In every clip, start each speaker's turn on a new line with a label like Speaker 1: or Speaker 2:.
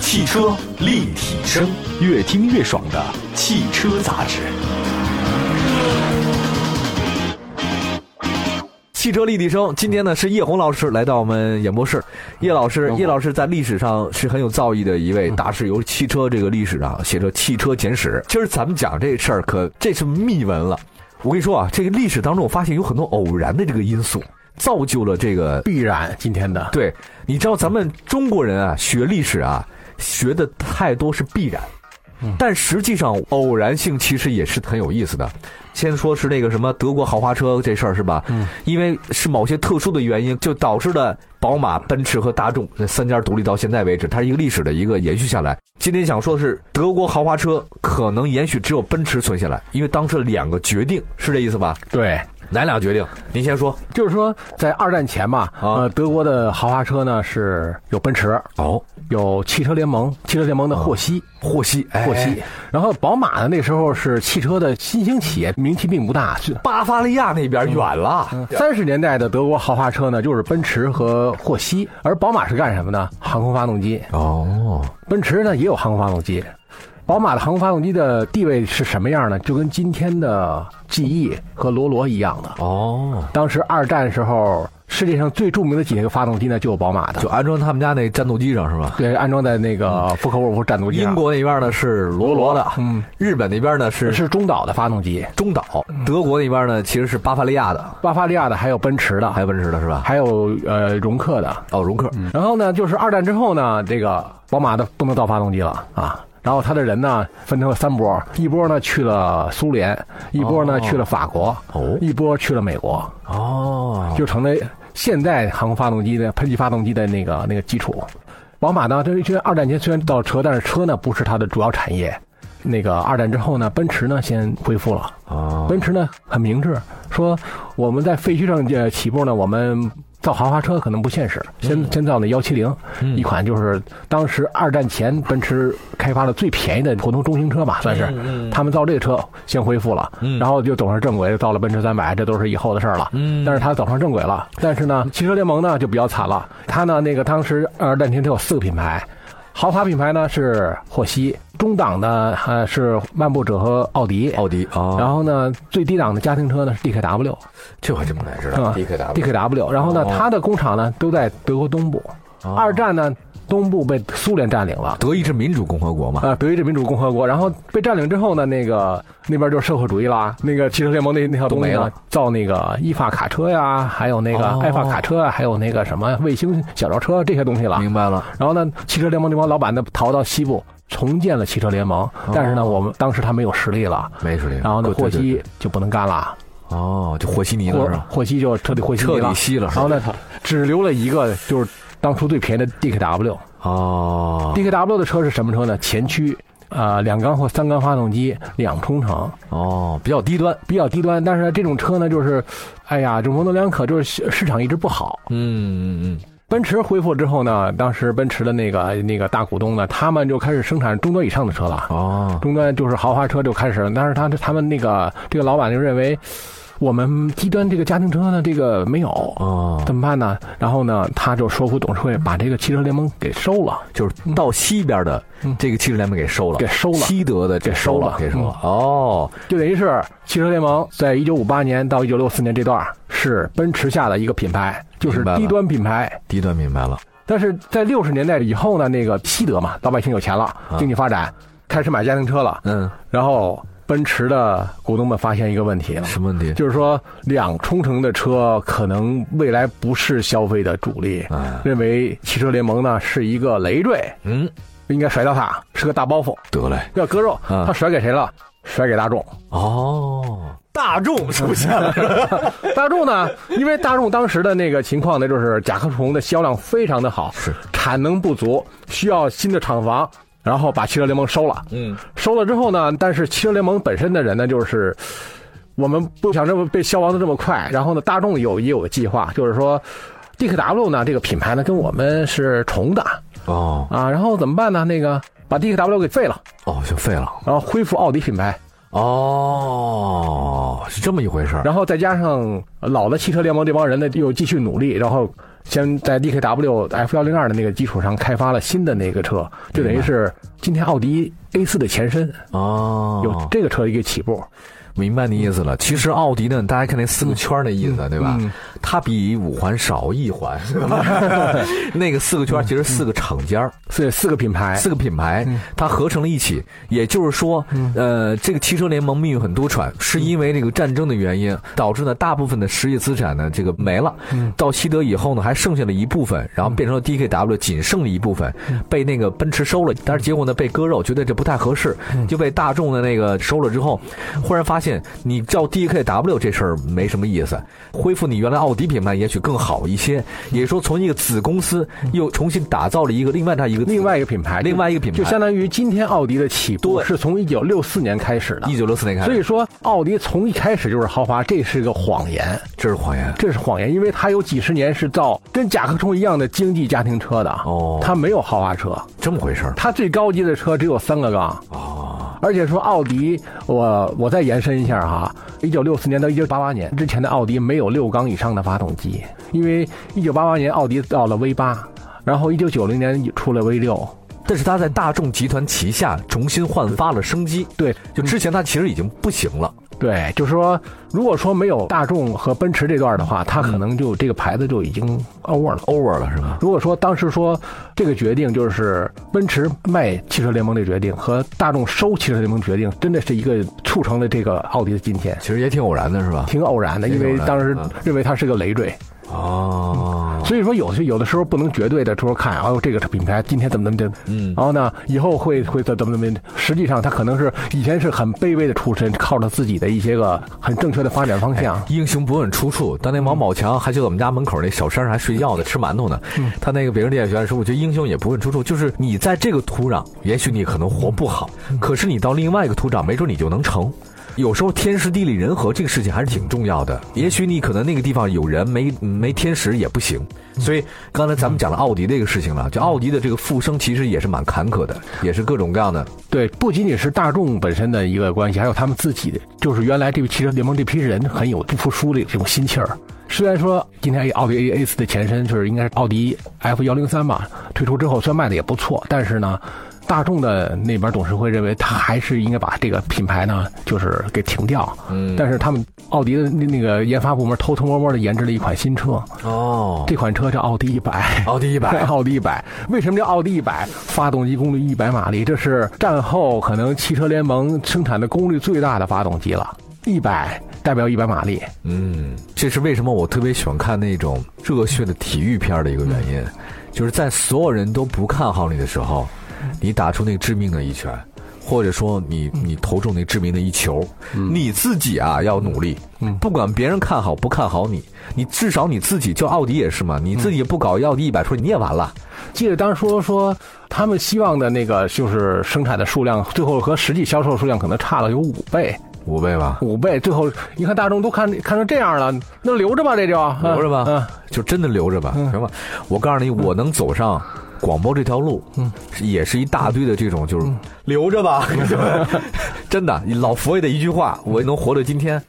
Speaker 1: 汽车立体声，越听越爽的汽车杂志。
Speaker 2: 汽车立体声，今天呢是叶红老师来到我们演播室。叶老师，叶老师在历史上是很有造诣的一位大师，由汽车这个历史上写着《汽车简史》。今儿咱们讲这事儿，可这是秘闻了。我跟你说啊，这个历史当中，我发现有很多偶然的这个因素，造就了这个
Speaker 3: 必然今 天的
Speaker 2: 对，你知道咱们中国人啊，学历史啊，学的太多是必然，但实际上偶然性其实也是很有意思的。先说是那个什么德国豪华车这事儿是吧？嗯，因为是某些特殊的原因，就导致了宝马、奔驰和大众这三家独立到现在为止，它是一个历史的一个延续下来。今天想说的是，德国豪华车可能延续只有奔驰存下来，因为当时两个决定是这意思吧？
Speaker 3: 对，
Speaker 2: 哪俩决定？您先说。
Speaker 3: 就是说在二战前嘛，
Speaker 2: 啊
Speaker 3: 呃，德国的豪华车呢是有奔驰，
Speaker 2: 哦，
Speaker 3: 有汽车联盟，汽车联盟的霍希，
Speaker 2: 获悉，哎
Speaker 3: 霍希，然后宝马呢那时候是汽车的新兴企业，名气并不大，是
Speaker 2: 巴伐利亚那边
Speaker 3: 嗯
Speaker 2: 远了。
Speaker 3: 三十年代的德国豪华车呢，就是奔驰和霍希，而宝马是干什么呢？航空发动机。
Speaker 2: 哦，
Speaker 3: 奔驰呢也有航空发动机，宝马的航空发动机的地位是什么样呢？就跟今天的 GE 和罗罗一样的。
Speaker 2: 哦，
Speaker 3: 当时二战时候，世界上最著名的几个发动机呢，就有宝马的
Speaker 2: 就，安装他们家那战斗机上是吧？
Speaker 3: 对，安装在那个福克沃尔夫战斗机上。
Speaker 2: 英国那边呢是罗罗的，嗯，日本那边呢是
Speaker 3: 是嗯中岛的发动机，
Speaker 2: 中岛，德国那边呢其实是巴伐利亚的，
Speaker 3: 巴伐利亚的，还有奔驰的，
Speaker 2: 还有奔驰的是吧？
Speaker 3: 还有呃容克的。
Speaker 2: 哦，容克，
Speaker 3: 然后呢，就是二战之后呢，这个宝马的不能造发动机了啊。然后他的人呢分成了三波，一波呢去了苏联，一波呢、
Speaker 2: 哦
Speaker 3: 去了法国，
Speaker 2: 哦
Speaker 3: 一波去了美国，
Speaker 2: 哦，
Speaker 3: 就成了现代航空发动机的喷气发动机的那个那个基础。宝马呢，这这二战前虽然造车，但是车呢不是它的主要产业。那个二战之后呢，奔驰呢先恢复了。
Speaker 2: 哦，
Speaker 3: 奔驰呢很明智，说我们在废墟上呃起步呢，我们造豪华车可能不现实，先、先造那幺七零，一款就是当时二战前奔驰开发的最便宜的普通中型车吧，算是。他们造这个车先恢复了，然后就走上正轨，造了奔驰三百，这都是以后的事儿了。
Speaker 2: 嗯
Speaker 3: 但是他走上正轨了，但是呢，汽车联盟呢就比较惨了，他呢那个当时二战前只有四个品牌。豪华品牌呢是霍希，中档的呃是漫步者和奥迪，
Speaker 2: 奥迪
Speaker 3: 然
Speaker 2: 啊，
Speaker 3: 后呢，最低档的家庭车呢是 DKW，
Speaker 2: 这我还真不太知
Speaker 3: 是吧
Speaker 2: 道，DKW，
Speaker 3: DKW。然后呢，
Speaker 2: 哦
Speaker 3: 它的工厂呢都在德国东部。二战呢，东部被苏联占领了。
Speaker 2: 德意志民主共和国嘛，
Speaker 3: 啊，德意志民主共和国，然后被占领之后呢，那个那边就是社会主义啦，那个汽车联盟那那条东西
Speaker 2: 都没
Speaker 3: 呢
Speaker 2: 了，
Speaker 3: 造那个伊法卡车呀，还有那个
Speaker 2: 啊哦
Speaker 3: 埃法卡车啊，还有那个什么卫星小轿车这些东西嗯了。
Speaker 2: 明白了，
Speaker 3: 然后呢，汽车联盟那帮老板呢逃到西部，重建了汽车联盟，但是呢，我们当时他没有实力了，
Speaker 2: 没事的。
Speaker 3: 然后呢，
Speaker 2: 哦对
Speaker 3: 霍，
Speaker 2: 对对
Speaker 3: 希就不能干了。
Speaker 2: 哦，就和稀泥了
Speaker 3: 霍
Speaker 2: 是吧？
Speaker 3: 霍希就彻底霍希
Speaker 2: 彻
Speaker 3: 了
Speaker 2: 底吸了是
Speaker 3: 然后
Speaker 2: 吧？
Speaker 3: 呢，只留了一个就是当初最便宜的 DKW。
Speaker 2: 哦
Speaker 3: DKW 的车是什么车呢？前驱，呃，两缸或三缸发动机，两冲程，
Speaker 2: 哦，比较低端，
Speaker 3: 比较低端。但是呢，这种车呢，就是，哎呀，这模棱两可，就是市市场一直不好。
Speaker 2: 嗯嗯
Speaker 3: 奔驰恢复之后呢，当时奔驰的那个那个大股东呢，他们就开始生产中端以上的车了
Speaker 2: 嗯，。哦，
Speaker 3: 终端就是豪华车就开始了，但是他他们那个这个老板就认为，我们低端这个家庭车呢，这个没有
Speaker 2: 哦
Speaker 3: 怎么办呢？然后呢，他就说服董事会把这个汽车联盟给收了，
Speaker 2: 就是到西边的这个汽车联嗯盟给收了，
Speaker 3: 给收了
Speaker 2: 西德的收给
Speaker 3: 给
Speaker 2: 收
Speaker 3: 收了
Speaker 2: 了。哦，
Speaker 3: 就等于是汽车联盟在一九五八年到一九六四年这段儿是奔驰下的一个品牌，就是
Speaker 2: 明白了
Speaker 3: 低端品牌。
Speaker 2: 低端明白了。
Speaker 3: 但是在六十年代以后呢，那个西德嘛，老百姓有钱了，
Speaker 2: 啊
Speaker 3: 经济发展，开始买家庭车了，
Speaker 2: 嗯，
Speaker 3: 然后奔驰的股东们发现一个问题了。
Speaker 2: 什么问题？
Speaker 3: 就是说，两冲程的车可能未来不是消费的主力，
Speaker 2: 哎
Speaker 3: 认为汽车联盟呢是一个累赘，
Speaker 2: 嗯，
Speaker 3: 应该甩掉它，是个大包袱，
Speaker 2: 得嘞。
Speaker 3: 要割肉。
Speaker 2: 嗯
Speaker 3: 他甩给谁了？甩给大众。
Speaker 2: 哦，大众出现了。
Speaker 3: 大众呢，因为大众当时的那个情况呢，就是甲壳虫的销量非常的好，
Speaker 2: 是
Speaker 3: 产能不足，需要新的厂房，然后把汽车联盟收了。
Speaker 2: 嗯，
Speaker 3: 收了之后呢，但是汽车联盟本身的人呢，就是我们不想这么被消亡的这么快。然后呢，大众有也有个计划，就是说 DKW 呢这个品牌呢跟我们是重的
Speaker 2: 哦
Speaker 3: 啊，然后怎么办呢？那个把 DKW 给废了，
Speaker 2: 哦，就废了。
Speaker 3: 然后恢复奥迪品牌，
Speaker 2: 哦，是这么一回事儿。
Speaker 3: 然后再加上老的汽车联盟这帮人呢又继续努力，然后先在 DKW F 幺零二的那个基础上开发了新的那个车，就等于是今天奥迪 A 四的前身，
Speaker 2: 哦，
Speaker 3: 有这个车一个起步。
Speaker 2: 明白你意思了。其实奥迪呢，大家看那四个圈儿那意思，对吧？它比五环少一 环，那个四个圈儿其实四个厂家儿、
Speaker 3: 四四个品牌，嗯
Speaker 2: 四个品牌，它合成了一起。也就是说，呃，这个汽车联盟命运很多舛，是因为这个战争的原因，导致呢大部分的实业资产呢这个没了。
Speaker 3: 嗯
Speaker 2: 到西德以后呢，还剩下了一部分，然后变成了 DKW，仅剩了一部分
Speaker 3: 嗯
Speaker 2: 被那个奔驰收了，但是结果呢被割肉，觉得这不太合适，
Speaker 3: 嗯
Speaker 2: 就被大众的那个收了之后，忽然发现你叫 DKW 这事儿没什么意思，恢复你原来奥迪品牌也许更好一些。也就是说，从一个子公司又重新打造了一个另外它一个子
Speaker 3: 嗯另外一个品牌，
Speaker 2: 另外一个品牌
Speaker 3: 就相当于今天奥迪的起步
Speaker 2: 对
Speaker 3: 是从一九六四年开始的
Speaker 2: 一。九六四年开始，
Speaker 3: 所以说，奥迪从一开始就是豪华，这是个谎言，
Speaker 2: 这是谎言。
Speaker 3: 这是谎言，因为它有几十年是造跟甲壳虫一样的经济家庭车的，
Speaker 2: 哦
Speaker 3: 它没有豪华车，
Speaker 2: 这么回事儿
Speaker 3: 它最高级的车只有三个缸。哦，而且说奥迪，我我再延伸一下哈，一九六四年到一九八八年之前的奥迪没有六缸以上的发动机，因为一九八八年奥迪到了 V 八，然后一九九零年出了 V 六。
Speaker 2: 但是它在大众集团旗下重新焕发了生机。
Speaker 3: 对，
Speaker 2: 就之前它其实已经不行了。
Speaker 3: 对，就是说，如果说没有大众和奔驰这段的话，它可能就这个牌子就已经 over 了。
Speaker 2: over 了是吧？
Speaker 3: 如果说当时说这个决定就是奔驰卖汽车联盟这决定和大众收汽车联盟决定，真的是一个促成了这个奥迪的今天，
Speaker 2: 其实也挺偶然的是吧？
Speaker 3: 挺偶然的，因
Speaker 2: 挺
Speaker 3: 为
Speaker 2: 偶然
Speaker 3: 当时
Speaker 2: 嗯
Speaker 3: 认为它是个累赘，
Speaker 2: 哦，
Speaker 3: 所以说有些有的时候不能绝对的说看，哦，这个品牌今天怎么怎么的，
Speaker 2: 嗯
Speaker 3: 然后呢，以后会会怎么怎么，实际上它可能是以前是很卑微的出身，靠着自己的一些个很正确的发展方向。
Speaker 2: 英雄不问出处。当年王宝强还就在我们家门口那小山上还睡觉呢，吃馒头呢。他那个北京电影学院说，我觉得英雄也不问出处，就是你在这个土壤，也许你可能活不好，可是你到另外一个土壤，没准你就能成。有时候天时地利人和这个事情还是挺重要的。也许你可能那个地方有人没没天时也不行。所以刚才咱们讲了奥迪这个事情了，就奥迪的这个复生其实也是蛮坎坷的，也是各种各样的。
Speaker 3: 对，不仅仅是大众本身的一个关系，还有他们自己的，就是原来这个汽车联盟这批人很有不服输的这种心气儿。虽然说今天奥迪 A 四的前身就是应该是奥迪 F 幺零三吧，推出之后虽然卖的也不错，但是呢，大众的那边董事会认为他还是应该把这个品牌呢，就是给停掉。
Speaker 2: 嗯
Speaker 3: 但是他们奥迪的那那个研发部门偷偷摸摸的研制了一款新车，
Speaker 2: 哦，
Speaker 3: 这款车叫奥迪一百。
Speaker 2: 奥迪一百
Speaker 3: 奥迪一百，为什么叫奥迪一百？发动机功率一百马力，这是战后可能汽车联盟生产的功率最大的发动机了。一百代表一百马力，
Speaker 2: 嗯，这是为什么我特别喜欢看那种热血的体育片儿的一个原因，就是在所有人都不看好你的时候，你打出那个致命的一拳，或者说你你投中那致命的一球，你自己啊要努力，不管别人看好不看好你，你至少你自己，就奥迪也是嘛，你自己不搞奥迪一百出，你也完了。
Speaker 3: 记得当时说说他们希望的那个就是生产的数量，最后和实际销售数量可能差了有五倍，
Speaker 2: 五倍吧，
Speaker 3: 五倍。最后一看大众都看看成这样了，那留着吧，这就
Speaker 2: 留着吧，
Speaker 3: 嗯，
Speaker 2: 就真的留着吧，行吧。我告诉你，我能走上广播这条路，嗯，也是一大堆的这种，就是
Speaker 3: 嗯
Speaker 2: 留着 吧， 真的，老佛爷的一句话，
Speaker 3: 嗯
Speaker 2: 我能活到今天，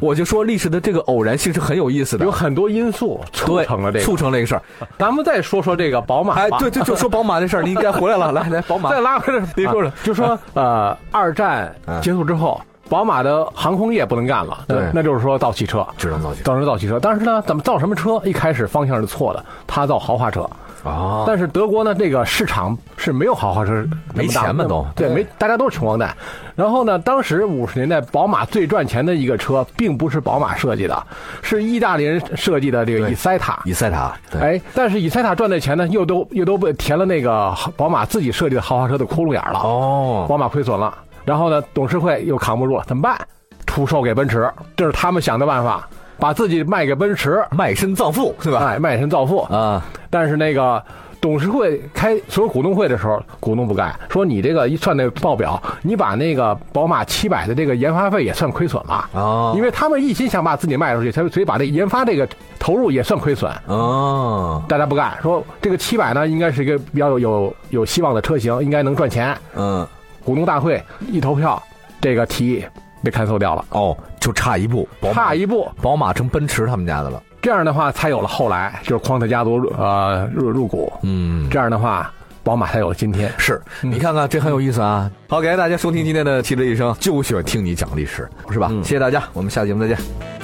Speaker 2: 我就说历史的这个偶然性是很有意思的
Speaker 3: 有，很多因素促
Speaker 2: 对，
Speaker 3: 成了这个啊
Speaker 2: 促。成了这个事儿。
Speaker 3: 咱们再说说这个宝马吧。
Speaker 2: 哎，对，就就说宝马这事儿，你该回来 了，来来，宝马
Speaker 3: 再拉回来，
Speaker 2: 您说说
Speaker 3: 啊就说呃，二战结束之后，宝马的航空业不能干了，
Speaker 2: 对
Speaker 3: 那那就是说造汽车，
Speaker 2: 只能造汽车
Speaker 3: 只能造汽车。但是呢，咱们造什么车？一开始方向是错的，他造豪华车。
Speaker 2: 啊，
Speaker 3: 但是德国呢，这个市场是没有豪华车那么大，
Speaker 2: 没钱嘛都
Speaker 3: 对，没大家都是穷光蛋。然后呢，当时五十年代宝马最赚钱的一个车，并不是宝马设计的，是意大利人设计的这个
Speaker 2: 对
Speaker 3: 以塞塔。
Speaker 2: 以赛塔，对，
Speaker 3: 哎，但是以塞塔赚的钱呢，又都又都被填了那个宝马自己设计的豪华车的窟窿眼儿了。
Speaker 2: 哦，
Speaker 3: 宝马亏损了，然后呢，董事会又扛不住了，怎么办？出售给奔驰，这是他们想的办法，把自己卖给奔驰，
Speaker 2: 卖身葬父是吧？
Speaker 3: 哎，卖身造富。
Speaker 2: 啊，
Speaker 3: 但是那个董事会开所有股东会的时候，股东不干，说你这个一算那报表，你把那个宝马七百的这个研发费也算亏损了。
Speaker 2: 哦
Speaker 3: 因为他们一心想把自己卖出去，所以所以把这研发这个投入也算亏损。
Speaker 2: 哦，
Speaker 3: 大家不干，说这个七百呢，应该是一个比较有有有希望的车型，应该能赚钱。
Speaker 2: 嗯，
Speaker 3: 股东大会一投票，这个提议被看守掉了，
Speaker 2: 哦，就差一步，宝马
Speaker 3: 差一步。
Speaker 2: 宝马成奔驰他们家的了。
Speaker 3: 这样的话才有了后来就是匡特家族呃入入股，
Speaker 2: 嗯，
Speaker 3: 这样的话宝马才有了今天。
Speaker 2: 是你看看这很有意思啊。好，感谢大家收听今天的《汽车一生》，就喜欢听你讲历史，是吧？谢谢大家，我们下期节目再见。